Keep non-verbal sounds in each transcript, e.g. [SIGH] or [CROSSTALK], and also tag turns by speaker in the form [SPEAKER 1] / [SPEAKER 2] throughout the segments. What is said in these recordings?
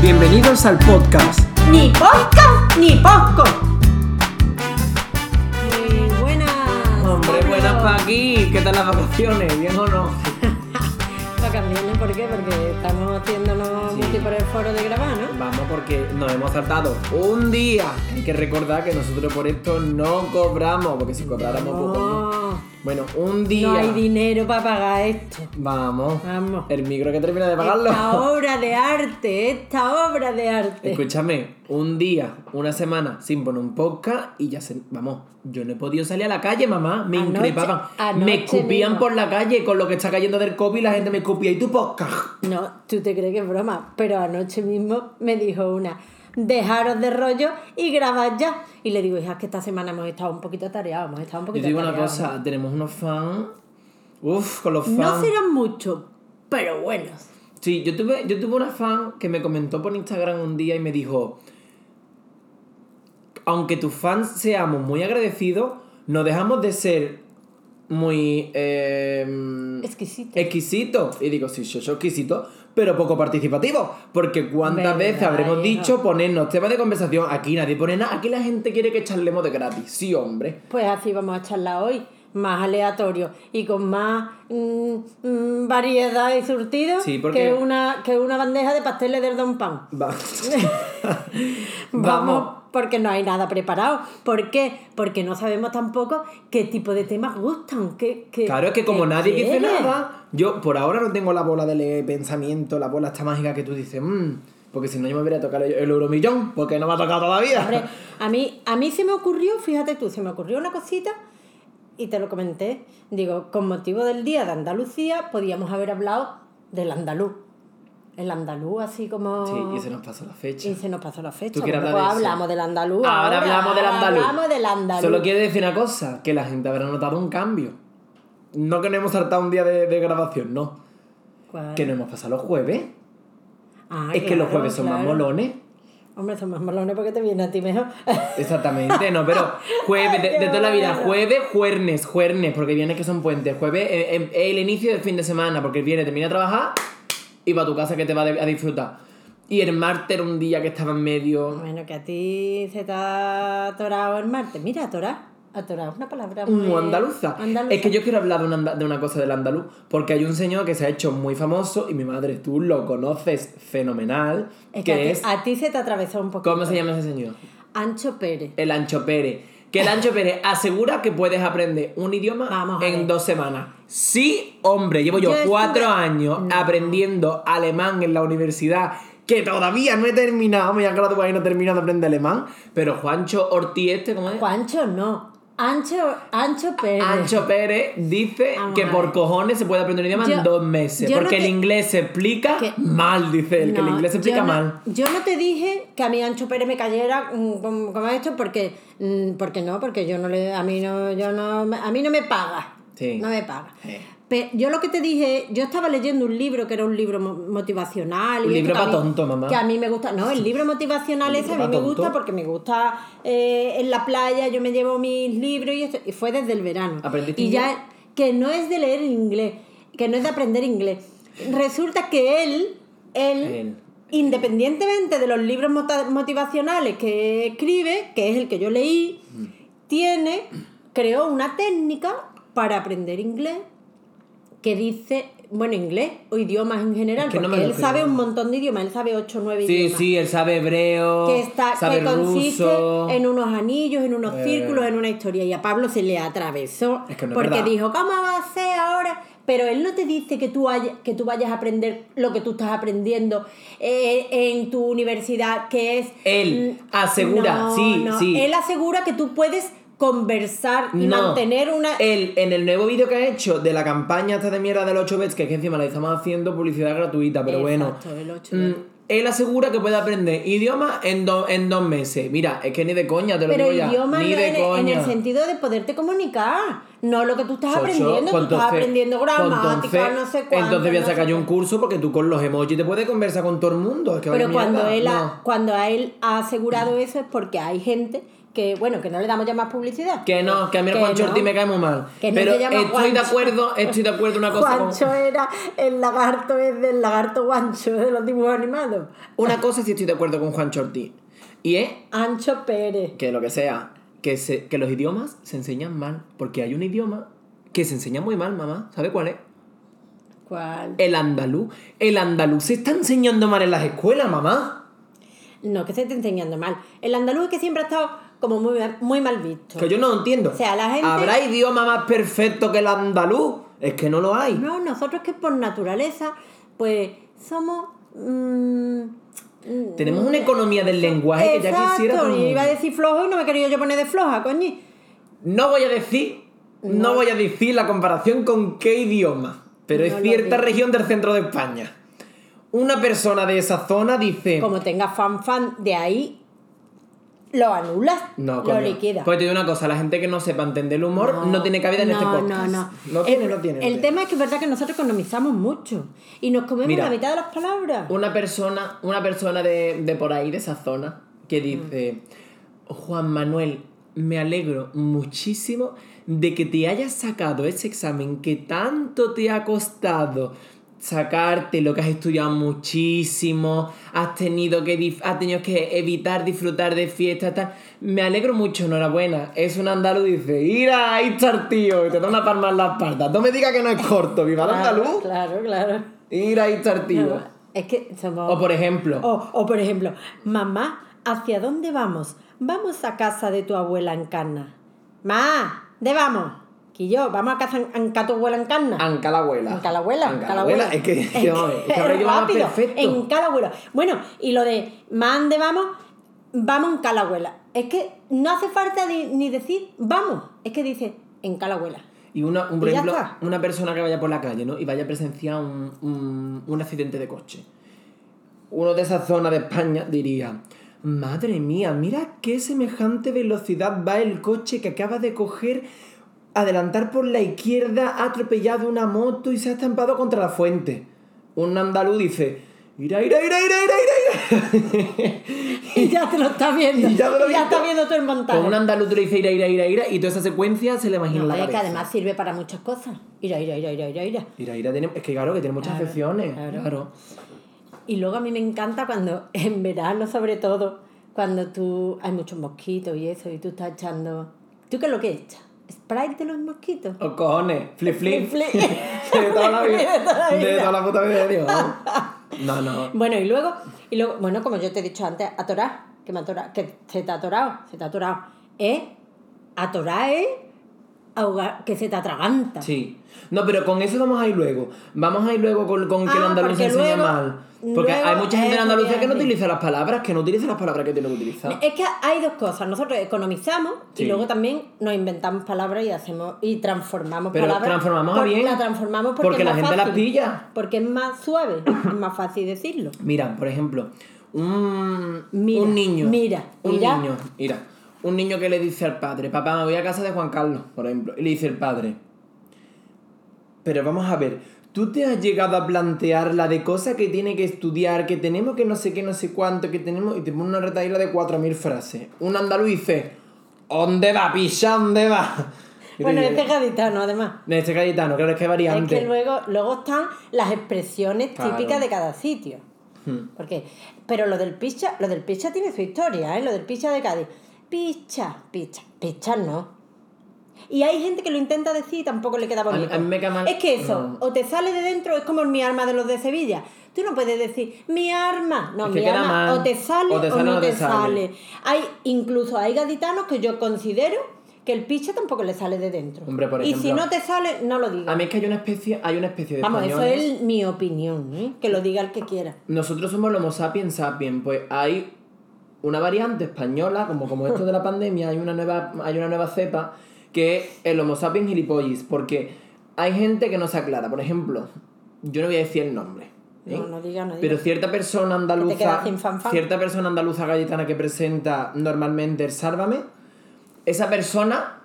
[SPEAKER 1] Bienvenidos al podcast.
[SPEAKER 2] Ni podcast ni posco. Eh, buenas.
[SPEAKER 1] Hombre,
[SPEAKER 2] Pablo.
[SPEAKER 1] buenas para aquí. ¿Qué tal las vacaciones? ¿Bien o no?
[SPEAKER 2] [LAUGHS] Vacaciones, ¿por qué? Porque estamos haciéndonos
[SPEAKER 1] Sí.
[SPEAKER 2] multi por el foro de grabar, ¿no?
[SPEAKER 1] Vamos porque nos hemos saltado un día. Hay que recordar que nosotros por esto no cobramos, porque si cobráramos poco.
[SPEAKER 2] Oh, No,
[SPEAKER 1] Bueno, un día.
[SPEAKER 2] no hay dinero para pagar esto.
[SPEAKER 1] Vamos.
[SPEAKER 2] Vamos.
[SPEAKER 1] El micro que termina de
[SPEAKER 2] Esta
[SPEAKER 1] pagarlo.
[SPEAKER 2] obra de arte, esta obra de arte.
[SPEAKER 1] Escúchame, un día, una semana sin poner un podcast y ya se. Vamos, yo no he podido salir a la calle, mamá. Me
[SPEAKER 2] Anoche-
[SPEAKER 1] increpaban. Me
[SPEAKER 2] anoche
[SPEAKER 1] escupían
[SPEAKER 2] mismo.
[SPEAKER 1] por la calle con lo que está cayendo del COVID la gente me escupía. ¿Y tu podcast?
[SPEAKER 2] No, tú te crees que es broma, pero anoche mismo me dijo una, dejaros de rollo y grabad ya. Y le digo, hija, que esta semana hemos estado un poquito atareados, hemos estado un
[SPEAKER 1] Yo
[SPEAKER 2] poquito
[SPEAKER 1] te digo una
[SPEAKER 2] atareados".
[SPEAKER 1] cosa, tenemos unos fans. Uf, con los fans.
[SPEAKER 2] No serán muchos, pero buenos.
[SPEAKER 1] Sí, yo tuve, yo tuve una fan que me comentó por Instagram un día y me dijo. Aunque tus fans seamos muy agradecidos, no dejamos de ser muy eh,
[SPEAKER 2] Exquisito.
[SPEAKER 1] exquisitos. Y digo, sí, yo soy exquisito, pero poco participativo. Porque cuántas
[SPEAKER 2] Verdad,
[SPEAKER 1] veces habremos
[SPEAKER 2] hijo.
[SPEAKER 1] dicho ponernos temas de conversación. Aquí nadie pone nada. Aquí la gente quiere que charlemos de gratis. Sí, hombre.
[SPEAKER 2] Pues así vamos a charlar hoy, más aleatorio y con más mm, mm, variedad y surtido
[SPEAKER 1] Sí, porque-
[SPEAKER 2] que, una, que una bandeja de pasteles del Don Pan.
[SPEAKER 1] Va.
[SPEAKER 2] [LAUGHS] Vamos, porque no hay nada preparado. ¿Por qué? Porque no sabemos tampoco qué tipo de temas gustan. Qué, qué-
[SPEAKER 1] Claro, es que como
[SPEAKER 2] qué
[SPEAKER 1] nadie dice
[SPEAKER 2] quieren.
[SPEAKER 1] nada, yo por ahora no tengo la bola del eh, pensamiento, la bola esta mágica que tú dices, "Mm", porque si no yo me hubiera tocado el, el euromillón, porque no me ha tocado todavía.
[SPEAKER 2] Hombre, a mí, a mí se me ocurrió, fíjate tú, se me ocurrió una cosita y te lo comenté. Digo, con motivo del Día de Andalucía, podíamos haber hablado del andaluz. El andaluz, así
[SPEAKER 1] [LAUGHS]
[SPEAKER 2] como.
[SPEAKER 1] Sí, y se nos pasó la fecha.
[SPEAKER 2] Y se nos pasó la fecha.
[SPEAKER 1] ¿Tú quieres
[SPEAKER 2] Bueno,
[SPEAKER 1] hablar de
[SPEAKER 2] pues
[SPEAKER 1] eso?
[SPEAKER 2] hablamos del andaluz.
[SPEAKER 1] Ahora, hablamos del andaluz.
[SPEAKER 2] Hablamos del andaluz.
[SPEAKER 1] Solo quiero decir una cosa, que la gente habrá notado un cambio. No que no hemos saltado un día de, de grabación, no.
[SPEAKER 2] ¿Cuál?
[SPEAKER 1] Que no hemos pasado los jueves.
[SPEAKER 2] Ah,
[SPEAKER 1] es que los
[SPEAKER 2] claro,
[SPEAKER 1] jueves son más
[SPEAKER 2] claro.
[SPEAKER 1] molones.
[SPEAKER 2] Hombre, son más molones porque te viene a ti mejor. [LAUGHS]
[SPEAKER 1] Exactamente, no, pero jueves, de,
[SPEAKER 2] Qué
[SPEAKER 1] de toda la vida,
[SPEAKER 2] bueno.
[SPEAKER 1] jueves, juernes, juernes, porque viernes que son puentes, jueves eh, es el inicio del fin de semana, porque el viernes termina de trabajar y va a tu casa que te va de- a disfrutar. Y el martes era un día que estaba en medio,
[SPEAKER 2] bueno, que a ti se te ha atorado el martes. Mira, atorar. Atorar es una palabra muy.
[SPEAKER 1] un andaluza.
[SPEAKER 2] andaluza.
[SPEAKER 1] Es que yo quiero hablar de una, anda- de una cosa del andaluz, porque hay un señor que se ha hecho muy famoso y mi madre, tú lo conoces fenomenal,
[SPEAKER 2] Es
[SPEAKER 1] que,
[SPEAKER 2] que, a ti-
[SPEAKER 1] es...
[SPEAKER 2] a, ti, se te atravesó un poco.
[SPEAKER 1] ¿Cómo se llama ese señor?
[SPEAKER 2] Ancho Pérez.
[SPEAKER 1] El Ancho Pérez. Que el Ancho Pérez asegura que puedes aprender un idioma
[SPEAKER 2] Vamos a
[SPEAKER 1] en
[SPEAKER 2] ver.
[SPEAKER 1] dos semanas. Sí, hombre, llevo yo,
[SPEAKER 2] Yo estuve-
[SPEAKER 1] cuatro años
[SPEAKER 2] No.
[SPEAKER 1] aprendiendo alemán en la universidad, que todavía no he terminado, me voy a graduar y no he terminado de aprender alemán. Pero Juancho Ortiz, este, ¿cómo es?
[SPEAKER 2] Juancho no. Ancho, Ancho Pérez.
[SPEAKER 1] Ancho Pérez dice
[SPEAKER 2] Vamos
[SPEAKER 1] que
[SPEAKER 2] a
[SPEAKER 1] por
[SPEAKER 2] ver.
[SPEAKER 1] cojones se puede aprender un idioma en
[SPEAKER 2] Yo-
[SPEAKER 1] dos meses.
[SPEAKER 2] yo no
[SPEAKER 1] Porque el
[SPEAKER 2] te-
[SPEAKER 1] inglés se explica
[SPEAKER 2] Que-
[SPEAKER 1] mal, dice él, que el
[SPEAKER 2] No,
[SPEAKER 1] inglés se
[SPEAKER 2] yo
[SPEAKER 1] explica
[SPEAKER 2] no-
[SPEAKER 1] mal.
[SPEAKER 2] Yo no te dije que a mí Ancho Pérez me cayera mm, como, como esto porque, mm, porque no, porque yo no le, a mí no, yo no, a mí no me paga.
[SPEAKER 1] Sí.
[SPEAKER 2] No me paga.
[SPEAKER 1] Sí.
[SPEAKER 2] Pero yo lo que te dije, yo estaba leyendo un libro que era un libro mo- motivacional. y
[SPEAKER 1] Un
[SPEAKER 2] esto
[SPEAKER 1] libro
[SPEAKER 2] que a
[SPEAKER 1] pa'
[SPEAKER 2] mí-
[SPEAKER 1] tonto, mamá.
[SPEAKER 2] Que a mí me gusta. No, el libro
[SPEAKER 1] [LAUGHS]
[SPEAKER 2] motivacional
[SPEAKER 1] Un
[SPEAKER 2] ese a
[SPEAKER 1] libro
[SPEAKER 2] mí
[SPEAKER 1] pa'
[SPEAKER 2] me
[SPEAKER 1] tonto.
[SPEAKER 2] gusta porque me gusta eh, en la playa, yo me llevo mis libros y esto. Y fue desde el verano.
[SPEAKER 1] ¿Aprendiste
[SPEAKER 2] y
[SPEAKER 1] inglés?
[SPEAKER 2] ya que no es de leer inglés, que no es de aprender inglés. Resulta que él, él,
[SPEAKER 1] Él.
[SPEAKER 2] independientemente de los libros mota- motivacionales que escribe, que es el que yo leí,
[SPEAKER 1] Mm.
[SPEAKER 2] tiene, creó una técnica para aprender inglés que dice, bueno, inglés o idiomas en general,
[SPEAKER 1] Es que no
[SPEAKER 2] porque
[SPEAKER 1] me lo
[SPEAKER 2] él sabe
[SPEAKER 1] creo.
[SPEAKER 2] un montón de idiomas, él sabe 8 o 9
[SPEAKER 1] Sí,
[SPEAKER 2] idiomas.
[SPEAKER 1] sí, él sabe hebreo,
[SPEAKER 2] Que, está,
[SPEAKER 1] sabe
[SPEAKER 2] que consiste
[SPEAKER 1] ruso.
[SPEAKER 2] en unos anillos, en unos
[SPEAKER 1] Eh.
[SPEAKER 2] círculos, en una historia. Y a Pablo se le atravesó
[SPEAKER 1] Es que no es
[SPEAKER 2] porque
[SPEAKER 1] verdad.
[SPEAKER 2] dijo, ¿cómo va a ser ahora? Pero él no te dice que tú, hay- que tú vayas a aprender lo que tú estás aprendiendo eh, en tu universidad, que es...
[SPEAKER 1] Él
[SPEAKER 2] Mm,
[SPEAKER 1] asegura,
[SPEAKER 2] no,
[SPEAKER 1] sí,
[SPEAKER 2] no.
[SPEAKER 1] sí.
[SPEAKER 2] Él asegura que tú puedes conversar
[SPEAKER 1] No.
[SPEAKER 2] y
[SPEAKER 1] Eh,
[SPEAKER 2] mantener una...
[SPEAKER 1] Él, en el nuevo vídeo que ha hecho de la campaña esta de mierda del 8 bets, que es que encima le estamos haciendo publicidad gratuita, pero bueno.
[SPEAKER 2] Exacto, el ocho.
[SPEAKER 1] Mm, él asegura que puede aprender idioma en, do- en dos meses. Mira, es que ni de coña, te lo
[SPEAKER 2] Pero
[SPEAKER 1] digo ya.
[SPEAKER 2] idioma
[SPEAKER 1] ni
[SPEAKER 2] no
[SPEAKER 1] de
[SPEAKER 2] en,
[SPEAKER 1] coña.
[SPEAKER 2] en el sentido de poderte comunicar, no lo que tú estás
[SPEAKER 1] Chocho,
[SPEAKER 2] aprendiendo, tú
[SPEAKER 1] pues
[SPEAKER 2] estás
[SPEAKER 1] entonces-
[SPEAKER 2] aprendiendo gramática,
[SPEAKER 1] entonces-
[SPEAKER 2] no sé cuánto.
[SPEAKER 1] Entonces voy a
[SPEAKER 2] no
[SPEAKER 1] sacar
[SPEAKER 2] sé
[SPEAKER 1] yo un curso porque tú con los emojis te puedes conversar con todo el mundo. Es que
[SPEAKER 2] Pero
[SPEAKER 1] vale
[SPEAKER 2] cuando
[SPEAKER 1] mierda.
[SPEAKER 2] él, ha,
[SPEAKER 1] No.
[SPEAKER 2] cuando a él ha asegurado eso es porque hay gente que, bueno, que no le damos ya más publicidad.
[SPEAKER 1] Que no, que a mí el
[SPEAKER 2] Que
[SPEAKER 1] Juancho
[SPEAKER 2] no.
[SPEAKER 1] Ortiz me cae muy mal.
[SPEAKER 2] Que no
[SPEAKER 1] pero
[SPEAKER 2] se llama
[SPEAKER 1] estoy de
[SPEAKER 2] Juancho.
[SPEAKER 1] acuerdo, estoy de acuerdo en una cosa con-
[SPEAKER 2] Juancho era el lagarto, es del lagarto guancho de los dibujos animados. Claro.
[SPEAKER 1] Una cosa sí estoy de acuerdo con Juan Chortí. Y es
[SPEAKER 2] Ancho Pérez.
[SPEAKER 1] que lo que sea, que, se- que los idiomas se enseñan mal. Porque hay un idioma que se enseña muy mal, mamá. ¿Sabe cuál es?
[SPEAKER 2] ¿Cuál?
[SPEAKER 1] El andaluz. El andaluz se está enseñando mal en las escuelas, mamá.
[SPEAKER 2] No, que se esté enseñando mal. El andaluz es que siempre ha estado como muy, muy mal visto.
[SPEAKER 1] Que yo no lo entiendo.
[SPEAKER 2] O sea, la gente-
[SPEAKER 1] ¿Habrá idioma más perfecto que el andaluz? Es que no lo hay.
[SPEAKER 2] No, nosotros que por naturaleza, pues somos... mm, mm,
[SPEAKER 1] Tenemos una economía del lenguaje que ya
[SPEAKER 2] Exacto,
[SPEAKER 1] quisiera todo el
[SPEAKER 2] y iba a
[SPEAKER 1] mundo.
[SPEAKER 2] decir flojo y no me quería yo poner de floja, coñi.
[SPEAKER 1] No voy a decir, no. voy a decir la comparación con qué idioma, pero
[SPEAKER 2] No
[SPEAKER 1] es
[SPEAKER 2] lo
[SPEAKER 1] cierta
[SPEAKER 2] digas.
[SPEAKER 1] región del centro de España. Una persona de esa zona dice,
[SPEAKER 2] Como tenga fan fan de ahí, lo anulas,
[SPEAKER 1] no,
[SPEAKER 2] lo
[SPEAKER 1] coño.
[SPEAKER 2] liquidas.
[SPEAKER 1] Pues te digo una cosa, la gente que no sepa entender el humor no, tiene cabida en
[SPEAKER 2] no,
[SPEAKER 1] este podcast.
[SPEAKER 2] No, no,
[SPEAKER 1] No tiene,
[SPEAKER 2] el,
[SPEAKER 1] no tiene. no
[SPEAKER 2] El
[SPEAKER 1] tiene.
[SPEAKER 2] tema es que es verdad que nosotros economizamos mucho y nos comemos
[SPEAKER 1] Mira.
[SPEAKER 2] la mitad de las palabras.
[SPEAKER 1] Una persona, una persona de, de por ahí, de esa zona, que dice, Juan Manuel, me alegro muchísimo de que te hayas sacado ese examen que tanto te ha costado sacarte lo que has estudiado muchísimo, has tenido que, dif- has tenido que evitar disfrutar de fiestas, tal. Me alegro mucho, enhorabuena. Es un andaluz, dice, ¡Ira, ahí está el tío! Y te da una palma en la espalda. No me digas que no es corto, viva el andaluz.
[SPEAKER 2] Claro, claro.
[SPEAKER 1] ¡Ira, ahí está el tío!
[SPEAKER 2] No, es que somos...
[SPEAKER 1] O por ejemplo,
[SPEAKER 2] O, o, por ejemplo, mamá, ¿hacia dónde vamos? Vamos a casa de tu abuela en Cana. Ma, ¿de vamos? Quillo, vamos a casa en, en ca tu abuela en Cana.
[SPEAKER 1] Anca la abuela.
[SPEAKER 2] En Calabuela, en Calabuela.
[SPEAKER 1] Es que, es que, vamos, es que ahora
[SPEAKER 2] [LAUGHS] Es
[SPEAKER 1] llevaba
[SPEAKER 2] rápido,
[SPEAKER 1] perfecto.
[SPEAKER 2] En Calabuela. Bueno, y lo de mande vamos, vamos en Calabuela. Es que no hace falta ni, ni decir vamos, es que dice en Calabuela.
[SPEAKER 1] Y una, un, por
[SPEAKER 2] Y ya
[SPEAKER 1] ejemplo,
[SPEAKER 2] está.
[SPEAKER 1] una persona que vaya por la calle, ¿no? Y vaya a presenciar un, un, un accidente de coche. Uno de esa zona de España diría, madre mía, mira qué semejante velocidad va el coche que acaba de coger, adelantar por la izquierda, ha atropellado una moto y se ha estampado contra la fuente. Un andaluz dice, ira, ira, ira, ira, ira, ira, ira.
[SPEAKER 2] [LAUGHS] Y ya te lo está
[SPEAKER 1] [LAUGHS]
[SPEAKER 2] viendo.
[SPEAKER 1] Y ya te lo visto.
[SPEAKER 2] está viendo todo el montaje.
[SPEAKER 1] Con un andaluz tú le dices ira, ira, ira, ira, y toda esa secuencia se le imagina en
[SPEAKER 2] No,
[SPEAKER 1] la
[SPEAKER 2] es que
[SPEAKER 1] cabeza.
[SPEAKER 2] además sirve para muchas cosas. Ira, ira, ira, ira, ira, ira.
[SPEAKER 1] Ira, ira, tiene- es que claro, que tiene muchas
[SPEAKER 2] Claro,
[SPEAKER 1] acepciones. Claro.
[SPEAKER 2] claro. Y luego a mí me encanta cuando, [LAUGHS] en verano sobre todo, cuando tú hay muchos mosquitos y eso, y tú estás echando. ¿Tú qué es lo que echas? ¿Sprite de los mosquitos?
[SPEAKER 1] O cojones, flip, flip.
[SPEAKER 2] Flip, flip.
[SPEAKER 1] [LAUGHS] de
[SPEAKER 2] [LAUGHS]
[SPEAKER 1] toda la
[SPEAKER 2] De
[SPEAKER 1] vida.
[SPEAKER 2] toda la vida.
[SPEAKER 1] De toda la puta vida de
[SPEAKER 2] [LAUGHS]
[SPEAKER 1] Dios. No, no.
[SPEAKER 2] Bueno, y luego, y luego, bueno, como yo te he dicho antes, atorar, que me atora, que se te ha atorado, se te ha atorado. Es atorar es ahogar, que se te atraganta.
[SPEAKER 1] Sí. No, pero con eso vamos a ir luego. Vamos a ir luego con, con que el
[SPEAKER 2] Ah,
[SPEAKER 1] andaluz se
[SPEAKER 2] porque
[SPEAKER 1] enseña
[SPEAKER 2] luego-
[SPEAKER 1] mal. Porque
[SPEAKER 2] luego
[SPEAKER 1] hay mucha gente en
[SPEAKER 2] es
[SPEAKER 1] Andalucía que no
[SPEAKER 2] bien.
[SPEAKER 1] utiliza las palabras, que no utiliza las palabras que tiene que utilizar.
[SPEAKER 2] Es que hay dos cosas, nosotros economizamos
[SPEAKER 1] Sí.
[SPEAKER 2] y luego también nos inventamos palabras y hacemos y transformamos
[SPEAKER 1] Pero
[SPEAKER 2] palabras.
[SPEAKER 1] transformamos a
[SPEAKER 2] Por-
[SPEAKER 1] bien.
[SPEAKER 2] La transformamos porque,
[SPEAKER 1] Porque
[SPEAKER 2] es
[SPEAKER 1] la
[SPEAKER 2] más
[SPEAKER 1] gente las
[SPEAKER 2] fácil.
[SPEAKER 1] pilla.
[SPEAKER 2] Porque es más suave, es más fácil decirlo.
[SPEAKER 1] Mira, por ejemplo, un,
[SPEAKER 2] Mira,
[SPEAKER 1] un niño.
[SPEAKER 2] mira,
[SPEAKER 1] un
[SPEAKER 2] mira.
[SPEAKER 1] niño. Mira, un niño que le dice al padre, papá, me voy a casa de Juan Carlos, por ejemplo. Y le dice el padre, pero vamos a ver, tú te has llegado a plantear la de cosas que tiene que estudiar, que tenemos que no sé qué, no sé cuánto, que tenemos, y te pone una retaíla de 4.000 frases. Un andaluz dice, ¿dónde va, picha, dónde va? Y
[SPEAKER 2] Bueno,
[SPEAKER 1] dice,
[SPEAKER 2] este es gaditano, además.
[SPEAKER 1] este gaditano, claro, es que es variante.
[SPEAKER 2] Es que luego, luego están las expresiones
[SPEAKER 1] Claro.
[SPEAKER 2] típicas de cada sitio.
[SPEAKER 1] Hmm.
[SPEAKER 2] Porque, pero lo del picha, lo del picha tiene su historia, ¿eh? Lo del picha de Cádiz. Picha, picha, picha no. Y hay gente que lo intenta decir y tampoco le queda
[SPEAKER 1] mí-
[SPEAKER 2] bonito.
[SPEAKER 1] a mí me cae mal- Mm.
[SPEAKER 2] Es que eso,
[SPEAKER 1] no.
[SPEAKER 2] o te sale de dentro, es como en mi arma de los de Sevilla. Tú no puedes decir mi arma, no,
[SPEAKER 1] Es que
[SPEAKER 2] mi
[SPEAKER 1] queda
[SPEAKER 2] arma,
[SPEAKER 1] mal.
[SPEAKER 2] o te sale o,
[SPEAKER 1] O te sale o
[SPEAKER 2] no
[SPEAKER 1] no
[SPEAKER 2] te,
[SPEAKER 1] te sale.
[SPEAKER 2] sale. Hay incluso hay gaditanos que yo considero que el picha tampoco le sale de dentro.
[SPEAKER 1] Hombre, por
[SPEAKER 2] y si
[SPEAKER 1] ejemplo,
[SPEAKER 2] no te sale, no lo digas.
[SPEAKER 1] A mí es que hay una especie, hay una especie de
[SPEAKER 2] Vamos, eso
[SPEAKER 1] españoles-
[SPEAKER 2] es mi opinión, ¿eh? que lo diga el que quiera.
[SPEAKER 1] Nosotros somos los Homo sapiens sapiens, pues hay una variante española, como, como esto de
[SPEAKER 2] [LAUGHS]
[SPEAKER 1] la pandemia, hay una nueva, hay una nueva cepa, que es el Homo sapiens gilipollis, porque hay gente que no se aclara. Por ejemplo, yo no voy a decir el nombre. ¿eh?
[SPEAKER 2] No, no diga, no diga.
[SPEAKER 1] Pero cierta persona
[SPEAKER 2] Que te
[SPEAKER 1] andaluza,
[SPEAKER 2] quedas sin fanfan.
[SPEAKER 1] cierta persona andaluza gaditana que presenta normalmente el Sálvame, esa persona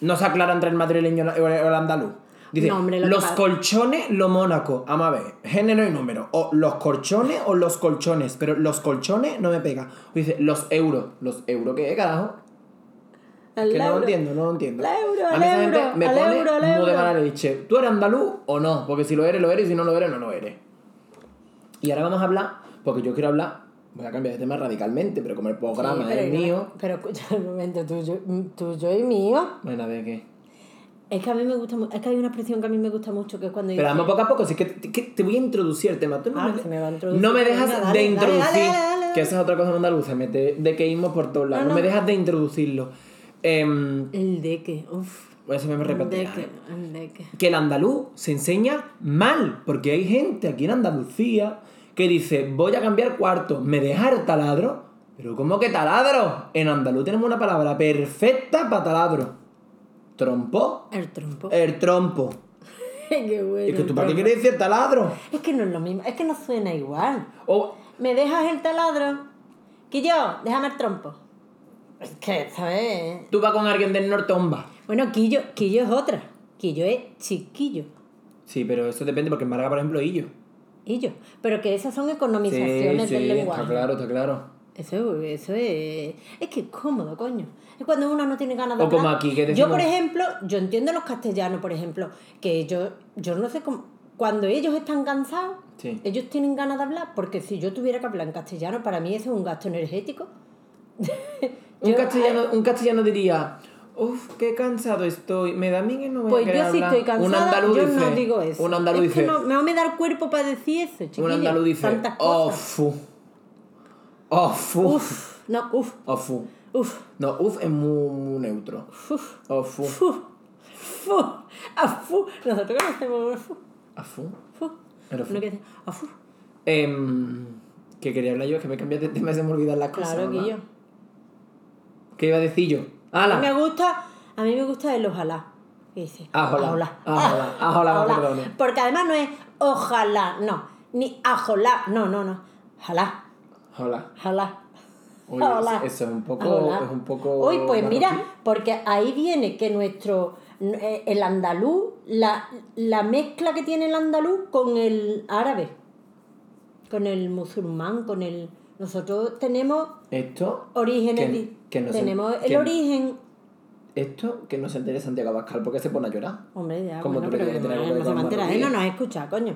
[SPEAKER 1] no se aclara entre el madrileño o el andaluz. Dice,
[SPEAKER 2] No, hombre, lo que
[SPEAKER 1] los
[SPEAKER 2] pasa-
[SPEAKER 1] colchones, lo Mónaco. Vamos a ver, género y número. O los colchones o los colchones. Pero los colchones no me pega. O dice, los euros. ¿Los euros qué, carajo?
[SPEAKER 2] Al
[SPEAKER 1] que no
[SPEAKER 2] euro.
[SPEAKER 1] lo entiendo, no lo entiendo.
[SPEAKER 2] Al euro,
[SPEAKER 1] a
[SPEAKER 2] al
[SPEAKER 1] mí esa
[SPEAKER 2] euro,
[SPEAKER 1] gente me
[SPEAKER 2] al
[SPEAKER 1] pone
[SPEAKER 2] euro, al
[SPEAKER 1] muy de
[SPEAKER 2] euro.
[SPEAKER 1] mala leche. ¿Tú eres andaluz o no? Porque si lo eres, lo eres. Y si no lo eres, no lo eres. Y ahora vamos a hablar Porque yo quiero hablar, voy a cambiar de tema radicalmente, pero como el programa
[SPEAKER 2] pero
[SPEAKER 1] es
[SPEAKER 2] yo-
[SPEAKER 1] mío.
[SPEAKER 2] Pero escucha un momento, tuyo, tuyo y mío.
[SPEAKER 1] Bueno, a ver qué.
[SPEAKER 2] Es que a mí me gusta mu- Es que hay una expresión que a mí me gusta mucho que es cuando.
[SPEAKER 1] Pero vamos poco a poco, si es que te, que te voy a introducir el tema. Tú no,
[SPEAKER 2] Ah,
[SPEAKER 1] me,
[SPEAKER 2] se me va a introducir.
[SPEAKER 1] no me dejas
[SPEAKER 2] Venga,
[SPEAKER 1] de
[SPEAKER 2] dale, dale,
[SPEAKER 1] introducir.
[SPEAKER 2] dale, dale, dale.
[SPEAKER 1] Que esa es otra cosa andaluza, me te- de que íbamos por todos lados.
[SPEAKER 2] No,
[SPEAKER 1] No,
[SPEAKER 2] no.
[SPEAKER 1] me dejas de introducirlo. Em,
[SPEAKER 2] El de que, uff.
[SPEAKER 1] eso me ¿eh?
[SPEAKER 2] El de
[SPEAKER 1] repetía.
[SPEAKER 2] que, el de que.
[SPEAKER 1] que el andaluz se enseña mal, porque hay gente aquí en Andalucía que dice, voy a cambiar cuarto, me deja el taladro. Pero ¿cómo que taladro? En andaluz tenemos una palabra perfecta para taladro. Trompo,
[SPEAKER 2] El trompo.
[SPEAKER 1] el trompo.
[SPEAKER 2] [LAUGHS] Qué bueno.
[SPEAKER 1] Es Eh, que
[SPEAKER 2] el
[SPEAKER 1] tú para qué
[SPEAKER 2] trompo.
[SPEAKER 1] quieres decir taladro.
[SPEAKER 2] Es que no es lo mismo, es que no suena igual.
[SPEAKER 1] O
[SPEAKER 2] ¿Me dejas el taladro? Que yo, déjame el trompo. Es que, ¿sabes?
[SPEAKER 1] tú vas con alguien del norte homba.
[SPEAKER 2] Bueno, Quillo, Quillo es otra. Quillo es chiquillo.
[SPEAKER 1] Sí, pero eso depende porque en Málaga, por ejemplo, illo.
[SPEAKER 2] Y yo. Pero que esas son
[SPEAKER 1] Sí,
[SPEAKER 2] economizaciones
[SPEAKER 1] sí,
[SPEAKER 2] del
[SPEAKER 1] está
[SPEAKER 2] lenguaje.
[SPEAKER 1] claro, está claro.
[SPEAKER 2] Eso, eso es. Es que es cómodo, coño. Es cuando uno no tiene ganas de
[SPEAKER 1] O como
[SPEAKER 2] hablar.
[SPEAKER 1] aquí, que
[SPEAKER 2] Yo,
[SPEAKER 1] decimos-
[SPEAKER 2] por ejemplo, yo entiendo los castellanos, por ejemplo, que yo, yo no sé cómo. Cuando ellos están cansados,
[SPEAKER 1] Sí.
[SPEAKER 2] ellos tienen ganas de hablar, porque si yo tuviera que hablar en castellano, para mí eso es un gasto energético.
[SPEAKER 1] Un
[SPEAKER 2] Yo-
[SPEAKER 1] castellano, un castellano diría, uff, qué cansado estoy, me da miedo que no voy
[SPEAKER 2] Pues
[SPEAKER 1] a
[SPEAKER 2] yo
[SPEAKER 1] querer
[SPEAKER 2] sí
[SPEAKER 1] hablar".
[SPEAKER 2] estoy
[SPEAKER 1] Un
[SPEAKER 2] cansada,
[SPEAKER 1] andaluz
[SPEAKER 2] yo
[SPEAKER 1] dice-
[SPEAKER 2] no digo eso.
[SPEAKER 1] Un andaluz
[SPEAKER 2] es que
[SPEAKER 1] dice,
[SPEAKER 2] no, me va a dar cuerpo para decir eso, chiquillo.
[SPEAKER 1] un andaluz dice,
[SPEAKER 2] Tantas cosas.
[SPEAKER 1] ofu, ofu,
[SPEAKER 2] Uf, no, uf,
[SPEAKER 1] ofu.
[SPEAKER 2] uf,
[SPEAKER 1] No, uff es muy, muy neutro.
[SPEAKER 2] uf,
[SPEAKER 1] Ofu,
[SPEAKER 2] fu, fu, afu. Nosotros conocemos este fu,
[SPEAKER 1] afu.
[SPEAKER 2] fu.
[SPEAKER 1] Pero fu.
[SPEAKER 2] Uno que dice, afu.
[SPEAKER 1] Em, que quería hablar yo, es que me cambiaste de tema y se me olvidan las cosas.
[SPEAKER 2] Claro,
[SPEAKER 1] ¿verdad?
[SPEAKER 2] Guillo.
[SPEAKER 1] ¿Qué iba a decir yo?
[SPEAKER 2] A
[SPEAKER 1] ¡Hala!
[SPEAKER 2] mí me gusta, a mí me gusta el ojalá. Que dice,
[SPEAKER 1] Ah, ojalá, ah, ojalá, ah, ojalá, perdone.
[SPEAKER 2] Porque además no es ojalá, no, ni ajolá, no, no, no. Ojalá,
[SPEAKER 1] Hola.
[SPEAKER 2] ojalá.
[SPEAKER 1] Oye,
[SPEAKER 2] Hola.
[SPEAKER 1] eso es un poco.
[SPEAKER 2] Hola.
[SPEAKER 1] Es un poco
[SPEAKER 2] Uy, pues
[SPEAKER 1] marroquí.
[SPEAKER 2] mira, porque ahí viene que nuestro. eh, El andaluz, la, la mezcla que tiene el andaluz con el árabe, con el musulmán, con el. Nosotros tenemos
[SPEAKER 1] Esto.
[SPEAKER 2] orígenes.
[SPEAKER 1] Que-
[SPEAKER 2] di-
[SPEAKER 1] que no se-
[SPEAKER 2] tenemos el
[SPEAKER 1] que-
[SPEAKER 2] origen.
[SPEAKER 1] Esto que no se entere Santiago Abascal porque se pone a llorar.
[SPEAKER 2] Hombre, ya,
[SPEAKER 1] Como
[SPEAKER 2] bueno,
[SPEAKER 1] tú le
[SPEAKER 2] pero
[SPEAKER 1] quieres tener
[SPEAKER 2] no,
[SPEAKER 1] algo
[SPEAKER 2] no
[SPEAKER 1] que
[SPEAKER 2] se
[SPEAKER 1] ver
[SPEAKER 2] me
[SPEAKER 1] con
[SPEAKER 2] entera, ¿eh?
[SPEAKER 1] marroquí.
[SPEAKER 2] No nos escucha, coño.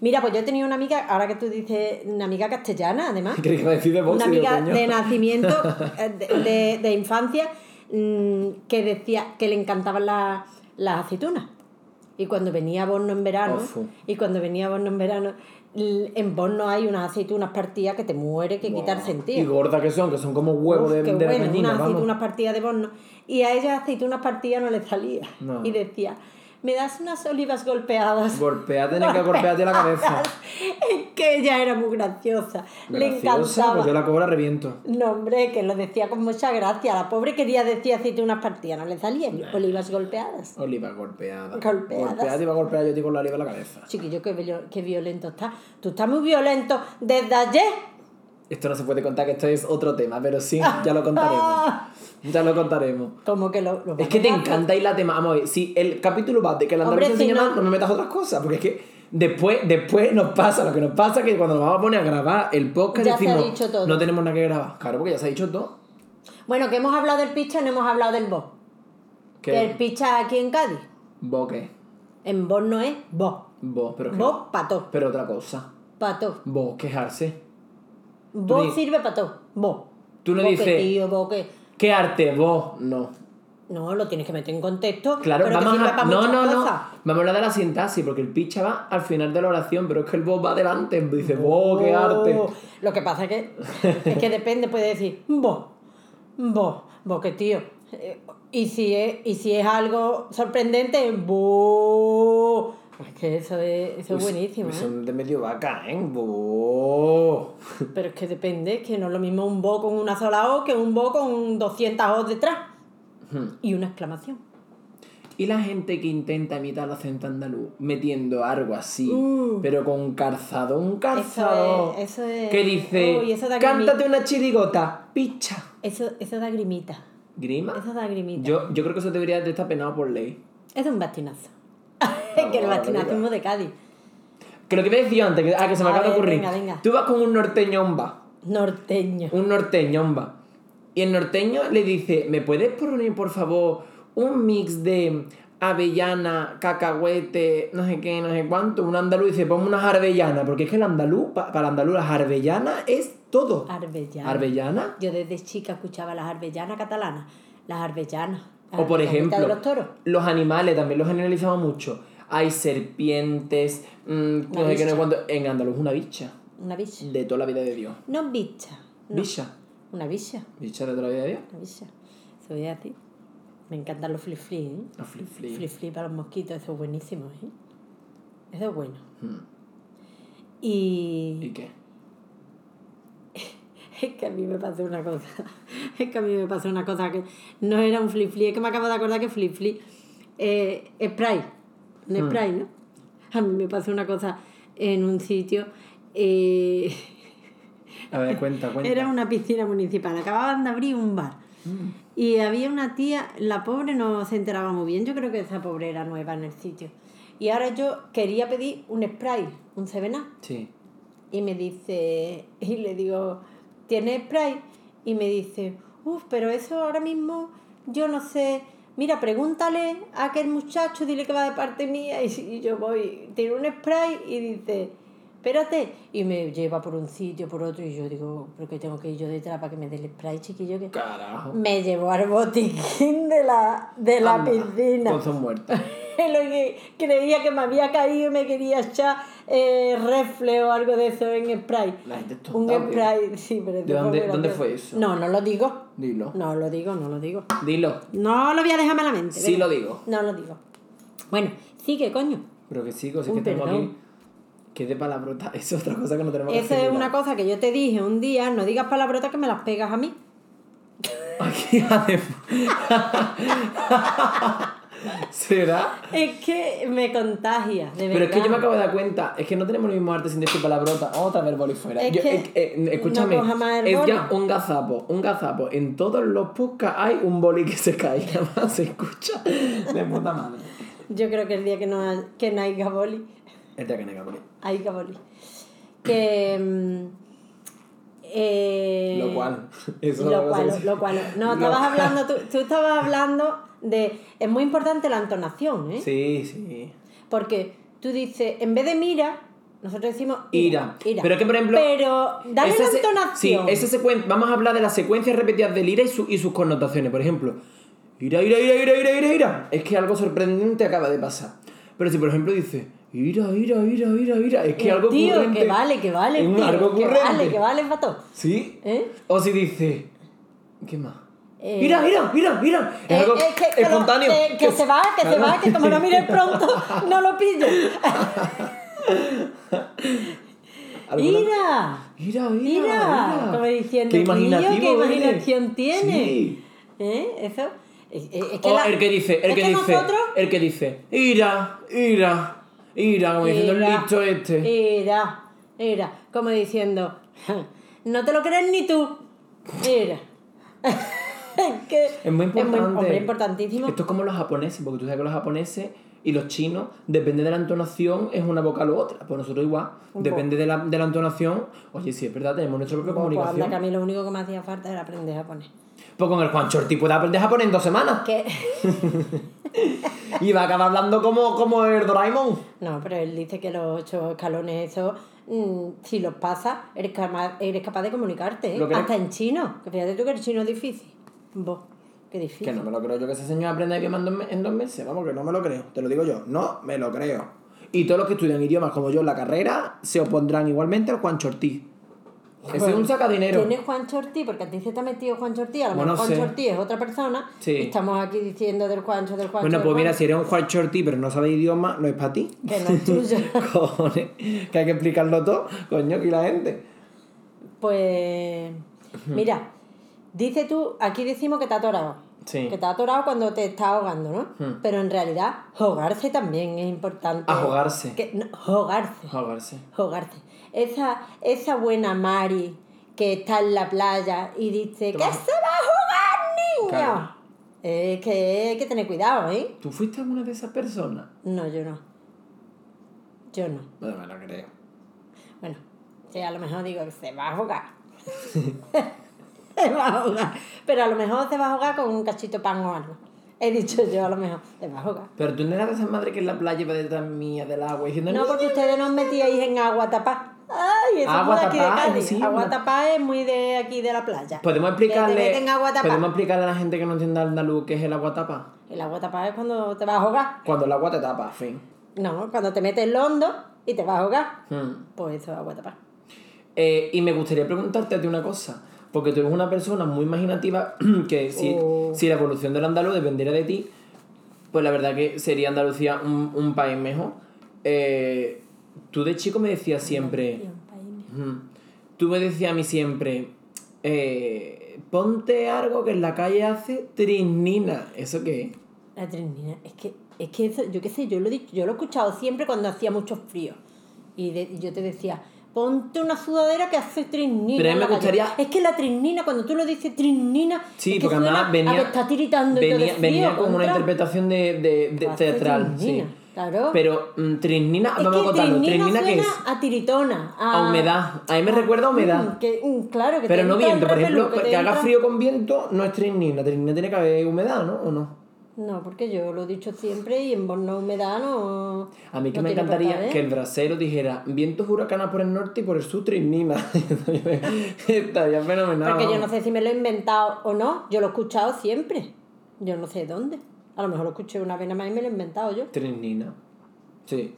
[SPEAKER 2] Mira, pues yo tenía una amiga, ahora que tú dices, una amiga castellana, además.
[SPEAKER 1] ¿Qué iba a decir de vos?
[SPEAKER 2] una
[SPEAKER 1] sí,
[SPEAKER 2] amiga
[SPEAKER 1] coño?
[SPEAKER 2] de nacimiento,
[SPEAKER 1] [LAUGHS]
[SPEAKER 2] eh, de, de- de infancia, mm, que decía que le encantaban la- las aceitunas. Y cuando venía a Borno en verano,
[SPEAKER 1] Ofu.
[SPEAKER 2] y cuando venía a Borno en verano, l- en Borno hay unas aceitunas partidas que te muere, que
[SPEAKER 1] Buah.
[SPEAKER 2] quitar
[SPEAKER 1] Y
[SPEAKER 2] sentido.
[SPEAKER 1] gordas que son, que son como huevos
[SPEAKER 2] Uf,
[SPEAKER 1] de,
[SPEAKER 2] qué
[SPEAKER 1] de la
[SPEAKER 2] bueno,
[SPEAKER 1] gallina,
[SPEAKER 2] unas
[SPEAKER 1] vamos.
[SPEAKER 2] aceitunas partidas de Borno. Y a ella aceitunas partidas no le salía.
[SPEAKER 1] No.
[SPEAKER 2] Y decía, me das unas olivas golpeadas.
[SPEAKER 1] Golpeate, tenés que golpearte la cabeza.
[SPEAKER 2] [LAUGHS] es que ella era muy graciosa. [LAUGHS] le
[SPEAKER 1] Graciosa,
[SPEAKER 2] encantaba.
[SPEAKER 1] Pues yo la cobra reviento.
[SPEAKER 2] No, hombre, que lo decía con mucha gracia. La pobre quería decir aceite unas partidas, no le salían olivas golpeadas.
[SPEAKER 1] Oliva golpeada.
[SPEAKER 2] Golpeadas.
[SPEAKER 1] Golpeada iba a golpear yo te con la oliva en la cabeza.
[SPEAKER 2] Chiquillo, qué, vio- qué violento está. Tú estás muy violento desde ayer.
[SPEAKER 1] Esto no se puede contar, que esto es otro tema, pero sí, ya lo
[SPEAKER 2] [LAUGHS]
[SPEAKER 1] contaremos. ya lo contaremos.
[SPEAKER 2] Ah, Como que lo. lo
[SPEAKER 1] Es que te
[SPEAKER 2] vamos a-
[SPEAKER 1] encanta ir la tema. Vamos a ver, si el capítulo va de que el andaluz
[SPEAKER 2] Hombre,
[SPEAKER 1] se
[SPEAKER 2] si
[SPEAKER 1] enseña
[SPEAKER 2] no-
[SPEAKER 1] mal, no me metas otras cosas, porque es que después, después nos pasa lo que nos pasa, que cuando nos vamos a poner a grabar el podcast
[SPEAKER 2] Ya se ha
[SPEAKER 1] decimos,
[SPEAKER 2] dicho todo.
[SPEAKER 1] no tenemos nada que grabar. Claro, porque ya se ha dicho todo.
[SPEAKER 2] Bueno, que hemos hablado del picha y no hemos hablado del bo. Que el
[SPEAKER 1] Que
[SPEAKER 2] picha aquí en Cádiz.
[SPEAKER 1] vos qué,
[SPEAKER 2] En vos no es vos.
[SPEAKER 1] vos, pero que-
[SPEAKER 2] Vos pato.
[SPEAKER 1] pero otra cosa,
[SPEAKER 2] Pato.
[SPEAKER 1] vos quejarse.
[SPEAKER 2] Vos
[SPEAKER 1] di-
[SPEAKER 2] sirve pato. Vos.
[SPEAKER 1] Tú no
[SPEAKER 2] Vos que
[SPEAKER 1] dices-
[SPEAKER 2] tío, vos que-
[SPEAKER 1] ¿Qué arte vos? No.
[SPEAKER 2] No, lo tienes que meter en contexto.
[SPEAKER 1] Claro,
[SPEAKER 2] pero que
[SPEAKER 1] vamos
[SPEAKER 2] sirve
[SPEAKER 1] a
[SPEAKER 2] pa'
[SPEAKER 1] no,
[SPEAKER 2] muchas
[SPEAKER 1] no, no.
[SPEAKER 2] cosas.
[SPEAKER 1] Vamos a hablar de la sintaxis, porque el picha va al final de la oración, pero es que el vos va adelante, dice, vos, qué arte.
[SPEAKER 2] Oh, Lo que pasa es que, es que depende, puede decir, vos, vos, vos que tío. Eh, Y si es, y si es algo sorprendente, vos. Es que eso es, eso es
[SPEAKER 1] Uy,
[SPEAKER 2] buenísimo,
[SPEAKER 1] uy,
[SPEAKER 2] ¿eh?
[SPEAKER 1] Son de medio vaca, ¿eh? Vos.
[SPEAKER 2] Pero es que depende, es que no es lo mismo un bo con una sola O que un bo con 200 O detrás.
[SPEAKER 1] Hmm.
[SPEAKER 2] Y una exclamación.
[SPEAKER 1] Y la gente que intenta imitar el acento andaluz metiendo algo así, pero con calzado, un calzado.
[SPEAKER 2] es- Uh. eso es-
[SPEAKER 1] Que dice,
[SPEAKER 2] Uy, eso da que
[SPEAKER 1] cántate una chirigota, picha.
[SPEAKER 2] Eso, eso da grimita.
[SPEAKER 1] Grima.
[SPEAKER 2] Eso da grimita.
[SPEAKER 1] Yo, yo creo que eso debería de estar penado por ley.
[SPEAKER 2] Es un bastinazo. [LAUGHS]
[SPEAKER 1] Ah,
[SPEAKER 2] Es que el
[SPEAKER 1] Ahora,
[SPEAKER 2] bastinazo
[SPEAKER 1] venga.
[SPEAKER 2] es de Cádiz.
[SPEAKER 1] Que lo que me decía antes, que, ah, que se me
[SPEAKER 2] A
[SPEAKER 1] acaba de
[SPEAKER 2] ver,
[SPEAKER 1] ocurrir.
[SPEAKER 2] venga, venga.
[SPEAKER 1] Tú vas con un norteño homba,
[SPEAKER 2] Norteño.
[SPEAKER 1] un norteño homba. Y el norteño le dice, ¿me puedes poner, por favor, un mix de avellana, cacahuete, no sé qué, no sé cuánto, un andaluz dice, ponme unas arbellanas, porque es que el andaluz, pa- para el andaluz, las arbellanas es todo.
[SPEAKER 2] Arbellana.
[SPEAKER 1] ¿Arbellana?
[SPEAKER 2] Yo desde chica escuchaba las arbellanas catalanas, las arbellanas. las
[SPEAKER 1] O por
[SPEAKER 2] arbellanas
[SPEAKER 1] ejemplo,
[SPEAKER 2] de los toros.
[SPEAKER 1] los animales también los generalizamos mucho. Hay serpientes, mm, no sé qué, no sé
[SPEAKER 2] bicha.
[SPEAKER 1] cuánto. En andaluz una bicha,
[SPEAKER 2] Una bicha.
[SPEAKER 1] de toda la vida de Dios.
[SPEAKER 2] No bicha. no,
[SPEAKER 1] Bicha,
[SPEAKER 2] Una bicha.
[SPEAKER 1] bicha de toda la vida de Dios.
[SPEAKER 2] Una bicha. Se voy a ti. Me encantan los flip-flip, ¿eh?
[SPEAKER 1] No, flip, flip.
[SPEAKER 2] Flip flip para los mosquitos, eso es buenísimo, ¿eh? Eso es bueno.
[SPEAKER 1] Mm. ¿Y
[SPEAKER 2] Y
[SPEAKER 1] qué?
[SPEAKER 2] es que a mí me pasó una cosa. [LAUGHS] Es que a mí me pasó una cosa que no era un flip flip, es que me acabo de acordar que flip flip. eh, spray. Un spray, ¿no? A mí me pasó una cosa en un sitio. eh, [LAUGHS]
[SPEAKER 1] A ver, cuenta, cuenta.
[SPEAKER 2] Era una piscina municipal, acababan de abrir un bar. Y había una tía, la pobre no se enteraba muy bien, yo creo que esa pobre era nueva en el sitio. Y ahora yo quería pedir un spray, un 7
[SPEAKER 1] Sí.
[SPEAKER 2] Y me dice, [LAUGHS] y le digo, ¿tiene spray? Y me dice, uff, pero eso ahora mismo yo no sé. Mira, pregúntale a aquel muchacho, dile que va de parte mía. [LAUGHS] Y, y yo voy, tiene un spray y dice, espérate. Y me lleva por un sitio, por otro. Y yo digo, ¿pero qué tengo que ir yo detrás para que me dé el spray, chiquillo? Que...
[SPEAKER 1] Carajo.
[SPEAKER 2] Me llevó al botiquín de la, de la
[SPEAKER 1] Anda,
[SPEAKER 2] piscina.
[SPEAKER 1] Con son muertos.
[SPEAKER 2] [LAUGHS] Lo que creía que me había caído y me quería echar eh, refle o algo de eso en spray.
[SPEAKER 1] La gente es tonta,
[SPEAKER 2] Un
[SPEAKER 1] ¿o qué?
[SPEAKER 2] spray, sí, pero
[SPEAKER 1] ¿De
[SPEAKER 2] fue
[SPEAKER 1] dónde-
[SPEAKER 2] muy
[SPEAKER 1] dónde
[SPEAKER 2] gracioso.
[SPEAKER 1] fue eso?
[SPEAKER 2] No, no lo digo.
[SPEAKER 1] Dilo.
[SPEAKER 2] No lo digo, no lo digo.
[SPEAKER 1] Dilo.
[SPEAKER 2] No lo voy a dejar malamente.
[SPEAKER 1] Sí
[SPEAKER 2] venga.
[SPEAKER 1] lo digo.
[SPEAKER 2] No lo digo. Bueno, sí que coño.
[SPEAKER 1] Pero que sí, cosas
[SPEAKER 2] Uy,
[SPEAKER 1] que tengo
[SPEAKER 2] perdón.
[SPEAKER 1] aquí. Que de palabrota. [LAUGHS] Eso es otra cosa que no tenemos que
[SPEAKER 2] Eso es una cosa que yo te dije un día, no digas palabrotas que me las pegas a mí.
[SPEAKER 1] Aquí además. [LAUGHS] ¿Será?
[SPEAKER 2] Es que me contagia, de verdad.
[SPEAKER 1] Pero es que yo me acabo de dar cuenta, es que no tenemos el mismo arte sin decir palabrota. Otra vez boli fuera.
[SPEAKER 2] Es
[SPEAKER 1] Yo-
[SPEAKER 2] que
[SPEAKER 1] eh, eh, escúchame,
[SPEAKER 2] no coja más el
[SPEAKER 1] es
[SPEAKER 2] boli.
[SPEAKER 1] ya un gazapo, un gazapo. En todos los podcasts hay un boli que se cae, [LAUGHS] nada más se escucha de puta madre.
[SPEAKER 2] Yo creo que el día que no, ha- que no hay gaboli,
[SPEAKER 1] El día que no hay boli.
[SPEAKER 2] hay gaboli. Que... mm, eh,
[SPEAKER 1] Lo cual, [LAUGHS] eso
[SPEAKER 2] Lo
[SPEAKER 1] es
[SPEAKER 2] cual,
[SPEAKER 1] cosa que-
[SPEAKER 2] lo cual.
[SPEAKER 1] [LAUGHS]
[SPEAKER 2] No, estabas hablando, tú, tú estabas hablando de... Es muy importante la entonación, ¿eh?
[SPEAKER 1] Sí, sí.
[SPEAKER 2] Porque tú dices, en vez de mira, nosotros decimos
[SPEAKER 1] Ira. Pero que, por ejemplo,
[SPEAKER 2] Pero dale
[SPEAKER 1] Esa
[SPEAKER 2] la
[SPEAKER 1] se-
[SPEAKER 2] entonación.
[SPEAKER 1] sí, esa secuen- vamos a hablar de las secuencias repetidas del ira y, su- y sus connotaciones. Por ejemplo, ira, ira, ira, ira, ira, ira, ira. Es que algo sorprendente acaba de pasar. Pero si, por ejemplo, dice ira, ira, ira, ira, ira, es que
[SPEAKER 2] El
[SPEAKER 1] algo
[SPEAKER 2] Eh, tío,
[SPEAKER 1] ocurrente.
[SPEAKER 2] que vale, que vale,
[SPEAKER 1] Es un
[SPEAKER 2] tío,
[SPEAKER 1] algo
[SPEAKER 2] que
[SPEAKER 1] ocurrente.
[SPEAKER 2] vale, que vale, pato.
[SPEAKER 1] ¿Sí?
[SPEAKER 2] ¿Eh?
[SPEAKER 1] O si dice. ¿Qué más?
[SPEAKER 2] Eh,
[SPEAKER 1] ira, ira, ira, ira. Es
[SPEAKER 2] Eh,
[SPEAKER 1] algo
[SPEAKER 2] eh, que- que lo-
[SPEAKER 1] espontáneo.
[SPEAKER 2] que, que se va, que se
[SPEAKER 1] Claro.
[SPEAKER 2] va,
[SPEAKER 1] [LAUGHS]
[SPEAKER 2] que como no mires pronto, [LAUGHS] no lo pillo.
[SPEAKER 1] Alguna-
[SPEAKER 2] ¡Ira!
[SPEAKER 1] Ira,
[SPEAKER 2] Ira,
[SPEAKER 1] ira, ira.
[SPEAKER 2] como diciendo,
[SPEAKER 1] Qué
[SPEAKER 2] "Tío, qué
[SPEAKER 1] imaginativo eres".
[SPEAKER 2] imaginación tiene.
[SPEAKER 1] Sí.
[SPEAKER 2] ¿Eh? Eso. Es, es- es que
[SPEAKER 1] O
[SPEAKER 2] la-
[SPEAKER 1] Oh, el que dice, el
[SPEAKER 2] es
[SPEAKER 1] que, dice,
[SPEAKER 2] nosotros-
[SPEAKER 1] el que dice, ira, ira, ira, como diciendo el
[SPEAKER 2] Ira,
[SPEAKER 1] listo este.
[SPEAKER 2] Ira, ira, como diciendo, no te lo crees ni tú. Ira. es [LAUGHS] que
[SPEAKER 1] Es muy importante.
[SPEAKER 2] hombre, importantísimo.
[SPEAKER 1] Esto es como los japoneses, porque tú sabes que los japoneses y los chinos, depende de la entonación, es una vocal u otra. Pues nosotros igual,
[SPEAKER 2] Un
[SPEAKER 1] depende de la, de la entonación. Oye, sí, es verdad, tenemos nuestra propia
[SPEAKER 2] Pues anda, que a
[SPEAKER 1] comunicación.
[SPEAKER 2] mí lo único que me hacía falta era aprender a poner.
[SPEAKER 1] Pues con el Juan Chorti puede aprender japonés en dos semanas.
[SPEAKER 2] Que... [LAUGHS]
[SPEAKER 1] Y va a acabar hablando como, como el Doraemon.
[SPEAKER 2] No, pero él dice que los ocho escalones esos, mm, si los pasas, eres capaz, eres capaz de comunicarte. ¿eh?
[SPEAKER 1] Lo que-
[SPEAKER 2] Hasta en chino. Que fíjate tú que el chino es difícil. Vos, qué difícil.
[SPEAKER 1] Que no me lo creo yo que ese señor aprenda idioma en dos, me- en dos meses. Vamos, que no me lo creo. Te lo digo yo. No me lo creo. Y todos los que estudian idiomas como yo en la carrera se opondrán igualmente al Juan Chortí. Ese es un sacadinero.
[SPEAKER 2] ¿Quién es Juan Chortí? Porque a ti se te ha metido Juan Chortí, a lo
[SPEAKER 1] Bueno,
[SPEAKER 2] mejor
[SPEAKER 1] sé.
[SPEAKER 2] Juan Chortí es otra persona.
[SPEAKER 1] Sí.
[SPEAKER 2] Y estamos aquí diciendo del Juancho, del Juancho.
[SPEAKER 1] Bueno,
[SPEAKER 2] del
[SPEAKER 1] pues mira,
[SPEAKER 2] Juancho,
[SPEAKER 1] si eres un Juan Chortí pero no sabes idioma, no es para ti. [LAUGHS]
[SPEAKER 2] Que no es tuyo.
[SPEAKER 1] Cojones. Que hay que explicarlo todo. Coño, que la gente.
[SPEAKER 2] pues. Mira, dice tú, aquí decimos que te ha atorado.
[SPEAKER 1] Sí.
[SPEAKER 2] Que te ha atorado cuando te está ahogando, ¿no? Pero en realidad, ahogarse también es importante.
[SPEAKER 1] Ahogarse.
[SPEAKER 2] Que, no, ahogarse.
[SPEAKER 1] Ahogarse.
[SPEAKER 2] Ahogarse. Esa, esa buena Mari que está en la playa y dice: ¡Que se va
[SPEAKER 1] Toma.
[SPEAKER 2] a jugar, niño!
[SPEAKER 1] Claro.
[SPEAKER 2] Eh, que hay que tener cuidado, ¿eh?
[SPEAKER 1] ¿Tú fuiste alguna de esas personas?
[SPEAKER 2] No, yo no. Yo no.
[SPEAKER 1] No me lo creo.
[SPEAKER 2] Bueno, sí, a lo mejor digo, se va a jugar. [LAUGHS] se va a jugar. Pero a lo mejor se va a jugar con un cachito de pan o algo. He dicho yo a lo mejor, te vas a jugar.
[SPEAKER 1] Pero tú no eras de esas madres que en la playa iba detrás mía del agua diciendo...
[SPEAKER 2] No, porque ustedes nos metíais en agua tapá. Ay, eso
[SPEAKER 1] Agua
[SPEAKER 2] es muy de aquí de
[SPEAKER 1] tapá,
[SPEAKER 2] Cádiz.
[SPEAKER 1] sí,
[SPEAKER 2] agua
[SPEAKER 1] una-
[SPEAKER 2] tapá es muy de aquí de la playa.
[SPEAKER 1] Podemos
[SPEAKER 2] Que te
[SPEAKER 1] explicarle...
[SPEAKER 2] meten agua tapá.
[SPEAKER 1] Podemos explicarle a la gente que no entiende andaluz qué es el agua tapa.
[SPEAKER 2] El agua tapá es cuando te vas a jugar.
[SPEAKER 1] Cuando el agua te tapa, fin.
[SPEAKER 2] No, cuando te metes el hondo y te vas a jugar.
[SPEAKER 1] Hmm.
[SPEAKER 2] Pues eso es agua tapá.
[SPEAKER 1] Eh, y me gustaría preguntarte a ti una cosa, porque tú eres una persona muy imaginativa [CLEARS THROAT] que si,
[SPEAKER 2] Oh.
[SPEAKER 1] si la evolución del andaluz dependiera de ti, pues la verdad que sería Andalucía un, un país mejor. Eh, tú de chico me decías siempre, ujú, tú me decías a mí siempre, eh, ponte algo que en la calle hace trinina, ¿eso qué es?
[SPEAKER 2] La trinina, es que, es que eso, yo qué sé, yo lo, he dicho- yo lo he escuchado siempre cuando hacía mucho frío. Y, de- y yo te decía, ponte una sudadera que hace trinina.
[SPEAKER 1] Pero a mí
[SPEAKER 2] en
[SPEAKER 1] me
[SPEAKER 2] la calle".
[SPEAKER 1] gustaría-
[SPEAKER 2] Es que la trinina, cuando tú lo dices trinina,
[SPEAKER 1] Sí,
[SPEAKER 2] es que
[SPEAKER 1] porque
[SPEAKER 2] suena
[SPEAKER 1] además
[SPEAKER 2] a
[SPEAKER 1] venía,
[SPEAKER 2] que está tiritando y todo de
[SPEAKER 1] venía,
[SPEAKER 2] frío,
[SPEAKER 1] venía con una
[SPEAKER 2] contra.
[SPEAKER 1] interpretación de, de- de
[SPEAKER 2] Hace
[SPEAKER 1] teatral, sí.
[SPEAKER 2] trinina, claro.
[SPEAKER 1] Pero mm, trinina,
[SPEAKER 2] Es
[SPEAKER 1] vamos a
[SPEAKER 2] que
[SPEAKER 1] contarlo,
[SPEAKER 2] trinina,
[SPEAKER 1] trinina qué
[SPEAKER 2] suena
[SPEAKER 1] es.
[SPEAKER 2] a tiritona. A,
[SPEAKER 1] A humedad. A mí me recuerda a humedad.
[SPEAKER 2] Mm, que, mm, claro, que
[SPEAKER 1] Pero
[SPEAKER 2] te
[SPEAKER 1] no
[SPEAKER 2] entra el
[SPEAKER 1] viento, por ejemplo,
[SPEAKER 2] repelús,
[SPEAKER 1] que,
[SPEAKER 2] te
[SPEAKER 1] haga
[SPEAKER 2] entra-
[SPEAKER 1] frío con viento no es trinina. Trinina tiene que haber humedad, ¿no? ¿O no?
[SPEAKER 2] No, porque yo lo he dicho siempre y en Borno humedad no...
[SPEAKER 1] A mí que
[SPEAKER 2] no
[SPEAKER 1] me
[SPEAKER 2] tiene ¿eh? por
[SPEAKER 1] encantaría
[SPEAKER 2] qué haber.
[SPEAKER 1] que el brasero dijera vientos huracanas por el norte y por el sur trinina. [LAUGHS] Estaría fenomenal.
[SPEAKER 2] Porque yo no
[SPEAKER 1] vamos.
[SPEAKER 2] sé si me lo he inventado o no. Yo lo he escuchado siempre. Yo no sé dónde. A lo mejor lo escuché una vez nada más y me lo he inventado yo.
[SPEAKER 1] Trinina. Sí.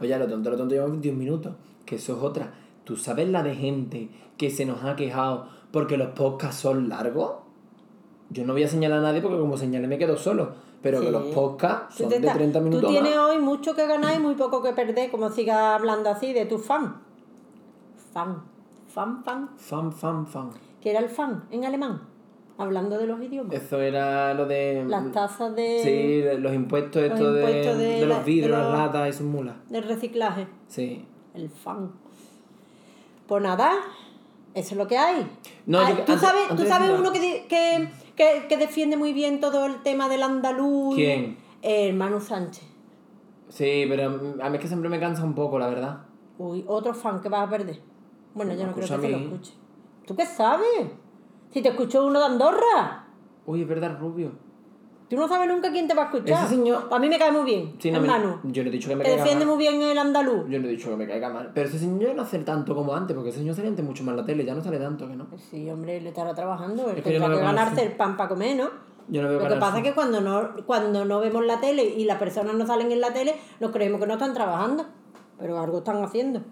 [SPEAKER 1] Oye, a lo tonto, a lo tonto llevamos 10 minutos. Que eso es otra. ¿Tú sabes la de gente que se nos ha quejado porque los podcasts son largos? Yo no voy a señalar a nadie porque como señalé me quedo solo. Pero que
[SPEAKER 2] Sí.
[SPEAKER 1] los podcasts son
[SPEAKER 2] te
[SPEAKER 1] de
[SPEAKER 2] estás-
[SPEAKER 1] 30 minutos
[SPEAKER 2] tú tienes
[SPEAKER 1] más.
[SPEAKER 2] hoy mucho que ganar y muy poco que perder, como sigas hablando así de tu fan. Fan. Fan, fan.
[SPEAKER 1] Fan, fan, fan.
[SPEAKER 2] ¿Qué era el fan en alemán? Hablando de los idiomas.
[SPEAKER 1] Eso era lo de...
[SPEAKER 2] Las tasas de,
[SPEAKER 1] Sí, de los impuestos,
[SPEAKER 2] los
[SPEAKER 1] esto de,
[SPEAKER 2] impuestos de
[SPEAKER 1] de
[SPEAKER 2] la-
[SPEAKER 1] los vidrios,
[SPEAKER 2] de
[SPEAKER 1] las
[SPEAKER 2] los-
[SPEAKER 1] latas y sus mulas.
[SPEAKER 2] del reciclaje.
[SPEAKER 1] Sí.
[SPEAKER 2] El fan. Pues nada, eso es lo que hay.
[SPEAKER 1] No,
[SPEAKER 2] Ah,
[SPEAKER 1] yo-
[SPEAKER 2] ¿Tú
[SPEAKER 1] antes-
[SPEAKER 2] sabes,
[SPEAKER 1] antes
[SPEAKER 2] ¿tú
[SPEAKER 1] de
[SPEAKER 2] sabes
[SPEAKER 1] nada.
[SPEAKER 2] uno que, di- que, que- que defiende muy bien todo el tema del andaluz?
[SPEAKER 1] ¿Quién?
[SPEAKER 2] El Manu Sánchez.
[SPEAKER 1] Sí, pero mm, a mí es que siempre me cansa un poco, la verdad.
[SPEAKER 2] Uy, otro fan que vas a perder. Bueno, yo no creo que
[SPEAKER 1] Escúchame.
[SPEAKER 2] se lo escuche. ¿Tú qué sabes? Si te escuchó uno de Andorra.
[SPEAKER 1] Uy, es verdad, Rubio.
[SPEAKER 2] Tú no sabes nunca quién te va a escuchar.
[SPEAKER 1] Ese señor-
[SPEAKER 2] A mí me cae muy bien.
[SPEAKER 1] Sí,
[SPEAKER 2] el
[SPEAKER 1] no, me-
[SPEAKER 2] Manu.
[SPEAKER 1] Yo le he dicho que me
[SPEAKER 2] Que
[SPEAKER 1] caiga
[SPEAKER 2] defiende
[SPEAKER 1] mal.
[SPEAKER 2] muy bien el andaluz.
[SPEAKER 1] Yo no he dicho que me caiga mal. Pero ese señor no hace tanto como antes, porque ese señor sale antes mucho más en la tele, ya no sale tanto que no.
[SPEAKER 2] Sí, hombre, le estará trabajando. Él
[SPEAKER 1] Es que yo no
[SPEAKER 2] tendrá
[SPEAKER 1] lo
[SPEAKER 2] que
[SPEAKER 1] conozco.
[SPEAKER 2] ganarse el pan para comer, ¿no?
[SPEAKER 1] Yo no veo
[SPEAKER 2] Lo que
[SPEAKER 1] ganar,
[SPEAKER 2] pasa
[SPEAKER 1] sí.
[SPEAKER 2] es que cuando no, cuando no vemos la tele y las personas no salen en la tele, nos creemos que no están trabajando, pero algo están haciendo.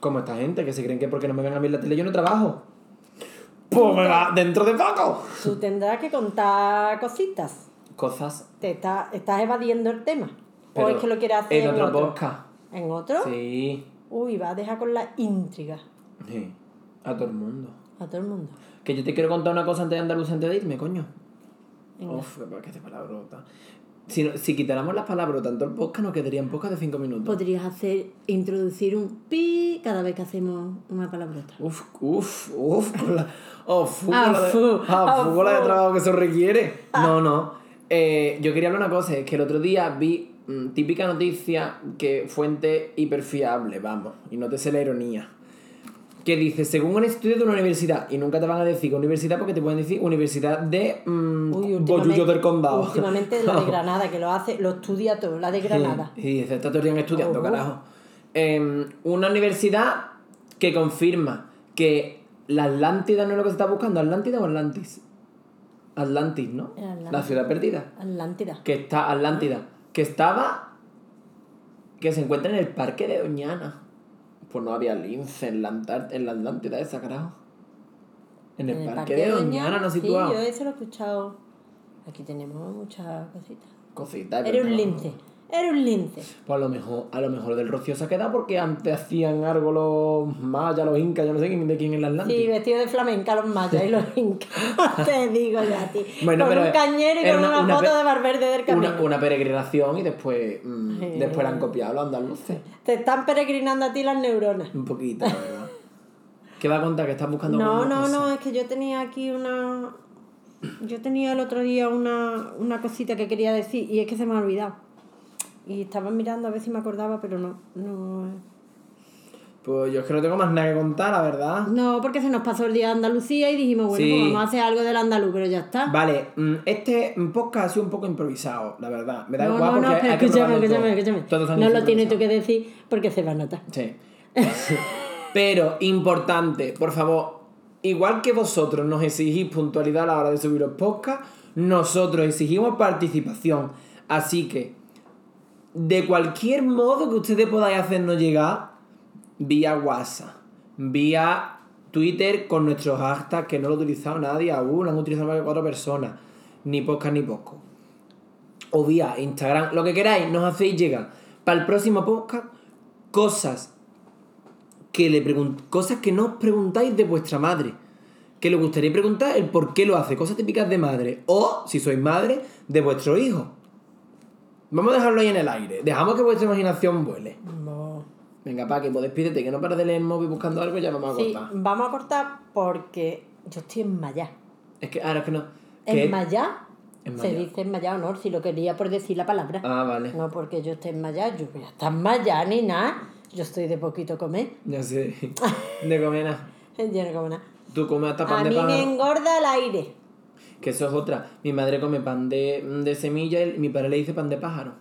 [SPEAKER 1] Como esta gente que se creen que porque no me ven a mí en la tele yo no trabajo. ¡Pues me va dentro de poco! [LAUGHS]
[SPEAKER 2] Tú tendrás que contar cositas.
[SPEAKER 1] Cosas.
[SPEAKER 2] Te está- estás evadiendo el tema.
[SPEAKER 1] Pero
[SPEAKER 2] o es que lo quieres hacer
[SPEAKER 1] en
[SPEAKER 2] en
[SPEAKER 1] otro
[SPEAKER 2] otro.
[SPEAKER 1] podcast.
[SPEAKER 2] ¿En otro?
[SPEAKER 1] Sí.
[SPEAKER 2] Uy, va a dejar con la intriga
[SPEAKER 1] Sí. A todo el mundo.
[SPEAKER 2] a todo el mundo.
[SPEAKER 1] Que yo te quiero contar una cosa antes de Andaluz, antes de irme, coño.
[SPEAKER 2] Venga.
[SPEAKER 1] Uf, qué de palabrota. Si, no- si quitáramos las palabras tanto el podcast, nos quedarían podcast de 5 minutos.
[SPEAKER 2] Podrías hacer, introducir un pi cada vez que hacemos una palabrota.
[SPEAKER 1] Uf, uf, uf, con la. Oh, fu, con
[SPEAKER 2] Ah,
[SPEAKER 1] la de-
[SPEAKER 2] fu,
[SPEAKER 1] ah,
[SPEAKER 2] ah,
[SPEAKER 1] fu, con la de
[SPEAKER 2] fu.
[SPEAKER 1] trabajo que eso requiere.
[SPEAKER 2] Ah.
[SPEAKER 1] No, no. Eh, yo quería hablar una cosa, es que el otro día vi mm, típica noticia que fuente hiperfiable, vamos, y no te sé la ironía. Que dice, según un estudio de una universidad, y nunca te van a decir qué universidad porque te pueden decir universidad de mm, Bollullo del Condado.
[SPEAKER 2] Últimamente
[SPEAKER 1] [LAUGHS]
[SPEAKER 2] la de Granada, que lo hace, lo estudia todo, la de Granada.
[SPEAKER 1] Sí, Y dice, está todo el día estudiando,
[SPEAKER 2] Oh.
[SPEAKER 1] carajo. Em, una universidad que confirma que la Atlántida no es lo que se está buscando, Atlántida o Atlantis. Atlantis, ¿no?
[SPEAKER 2] El Atlantis.
[SPEAKER 1] La ciudad perdida.
[SPEAKER 2] Atlántida.
[SPEAKER 1] Que está, Atlántida. Que estaba. Que se encuentra en el parque de Doñana. Pues no había lince en la, Antar- en la Atlántida esa, carajo. En el, parque, de Doñana, no
[SPEAKER 2] sí,
[SPEAKER 1] situado.
[SPEAKER 2] yo eso lo he escuchado. Aquí tenemos muchas cositas.
[SPEAKER 1] Cosita,
[SPEAKER 2] Era
[SPEAKER 1] Ah, pero
[SPEAKER 2] un
[SPEAKER 1] no.
[SPEAKER 2] lince, era un lince.
[SPEAKER 1] Pues a lo mejor, a lo mejor del Rocío se ha quedado porque antes hacían algo los mayas, los incas, yo no sé quién de quién en la Atlántida.
[SPEAKER 2] Sí, vestido de flamenca, los mayas y
[SPEAKER 1] [LAUGHS]
[SPEAKER 2] los incas. Te digo ya a ti.
[SPEAKER 1] Bueno,
[SPEAKER 2] con
[SPEAKER 1] pero
[SPEAKER 2] un cañero y
[SPEAKER 1] era
[SPEAKER 2] con
[SPEAKER 1] una-
[SPEAKER 2] una,
[SPEAKER 1] una
[SPEAKER 2] foto
[SPEAKER 1] pe-
[SPEAKER 2] de Valverde del camino.
[SPEAKER 1] una, una peregrinación y después, mm,
[SPEAKER 2] Sí.
[SPEAKER 1] después la han copiado los andaluces.
[SPEAKER 2] Te están peregrinando a ti las neuronas.
[SPEAKER 1] Un poquito, la verdad. ¿Qué va a contar? Que estás buscando
[SPEAKER 2] No,
[SPEAKER 1] alguna
[SPEAKER 2] no,
[SPEAKER 1] cosa?
[SPEAKER 2] no, es que yo tenía aquí una. Yo tenía el otro día una, una cosita que quería decir y es que se me ha olvidado. Y estaba mirando a ver si me acordaba, pero no, no.
[SPEAKER 1] Pues yo es que no tengo más nada que contar, la verdad.
[SPEAKER 2] No, porque se nos pasó el día de Andalucía y dijimos, bueno,
[SPEAKER 1] Sí.
[SPEAKER 2] pues vamos a hacer algo del andaluz, pero ya está.
[SPEAKER 1] Vale, mm, este podcast ha sido un poco improvisado, la verdad. Me da
[SPEAKER 2] no,
[SPEAKER 1] igual
[SPEAKER 2] no, no,
[SPEAKER 1] porque
[SPEAKER 2] pero
[SPEAKER 1] hay que
[SPEAKER 2] escúchame,
[SPEAKER 1] probarlo todo.
[SPEAKER 2] escúchame, escúchame.
[SPEAKER 1] Todos han
[SPEAKER 2] No
[SPEAKER 1] sido
[SPEAKER 2] lo tienes tú
[SPEAKER 1] improvisados.
[SPEAKER 2] que decir porque se va a notar.
[SPEAKER 1] Sí. Pero, importante, por favor, igual que vosotros nos exigís puntualidad a la hora de subir los podcasts, nosotros exigimos participación. Así que, de cualquier modo que ustedes podáis hacernos llegar, vía WhatsApp, vía Twitter con nuestros hashtags que no lo ha utilizado nadie aún, lo han utilizado más de cuatro personas, ni podcast ni poco. O vía Instagram, lo que queráis, nos hacéis llegar. Para el próximo podcast, cosas que le pregun- cosas que no os preguntáis de vuestra madre. Que le gustaría preguntar el por qué lo hace, cosas típicas de madre. O, si sois madre, de vuestro hijo. Vamos a dejarlo ahí en el aire. Dejamos que vuestra imaginación vuele. Venga, Paqui, pues despídete, que no paras de leer el móvil buscando algo y ya vamos a
[SPEAKER 2] Sí,
[SPEAKER 1] cortar.
[SPEAKER 2] vamos a cortar porque yo estoy en Maya.
[SPEAKER 1] Es que ahora es que no. que-
[SPEAKER 2] ¿En Maya?
[SPEAKER 1] En
[SPEAKER 2] Se
[SPEAKER 1] Maya.
[SPEAKER 2] dice en Maya honor, si lo quería por decir la palabra.
[SPEAKER 1] Ah, vale.
[SPEAKER 2] No porque yo esté en Maya, yo voy a estar en Maya ni nada. Yo estoy de poquito comer. [LAUGHS]
[SPEAKER 1] Ya sé. De comer nada.
[SPEAKER 2] Yo no como nada.
[SPEAKER 1] Tú comes hasta pan
[SPEAKER 2] A
[SPEAKER 1] de
[SPEAKER 2] mí me
[SPEAKER 1] pájaro.
[SPEAKER 2] engorda el aire.
[SPEAKER 1] Que eso es otra. Mi madre come pan de, mm, de semilla y mi padre le dice pan de pájaro.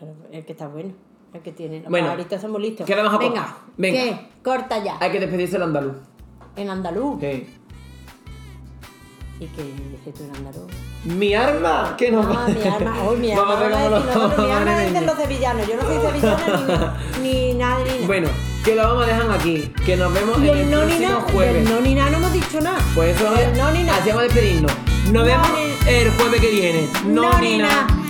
[SPEAKER 2] Pero El que está bueno, el que tiene.
[SPEAKER 1] Bueno,
[SPEAKER 2] ahorita somos listos.
[SPEAKER 1] ¿qué le vamos a
[SPEAKER 2] Venga,
[SPEAKER 1] cortar? Venga.
[SPEAKER 2] ¿qué? Corta ya.
[SPEAKER 1] Hay que despedirse del andaluz.
[SPEAKER 2] En andaluz.
[SPEAKER 1] Sí.
[SPEAKER 2] ¿Y qué dices tú en andaluz?
[SPEAKER 1] ¡Mi arma! Que nos
[SPEAKER 2] Ah, mi arma,
[SPEAKER 1] [LAUGHS]
[SPEAKER 2] oh, mi
[SPEAKER 1] Vamos
[SPEAKER 2] arma.
[SPEAKER 1] a hacer como
[SPEAKER 2] vamos a decirlo,
[SPEAKER 1] los
[SPEAKER 2] pero mi arma
[SPEAKER 1] madrileños.
[SPEAKER 2] es de los sevillanos. Yo no soy sevillana
[SPEAKER 1] [LAUGHS]
[SPEAKER 2] ni, ni nada, ni nada.
[SPEAKER 1] Bueno, que lo vamos a dejar aquí. Que nos vemos en
[SPEAKER 2] y el
[SPEAKER 1] el
[SPEAKER 2] no ni
[SPEAKER 1] próximo
[SPEAKER 2] nada, y el
[SPEAKER 1] jueves.
[SPEAKER 2] no ni nada no hemos dicho nada.
[SPEAKER 1] Pues eso
[SPEAKER 2] El no ni nada.
[SPEAKER 1] Así vamos a despedirnos. Nos
[SPEAKER 2] No
[SPEAKER 1] vemos
[SPEAKER 2] ni-
[SPEAKER 1] el jueves que viene. No,
[SPEAKER 2] No
[SPEAKER 1] ni
[SPEAKER 2] ni
[SPEAKER 1] nada.
[SPEAKER 2] nada.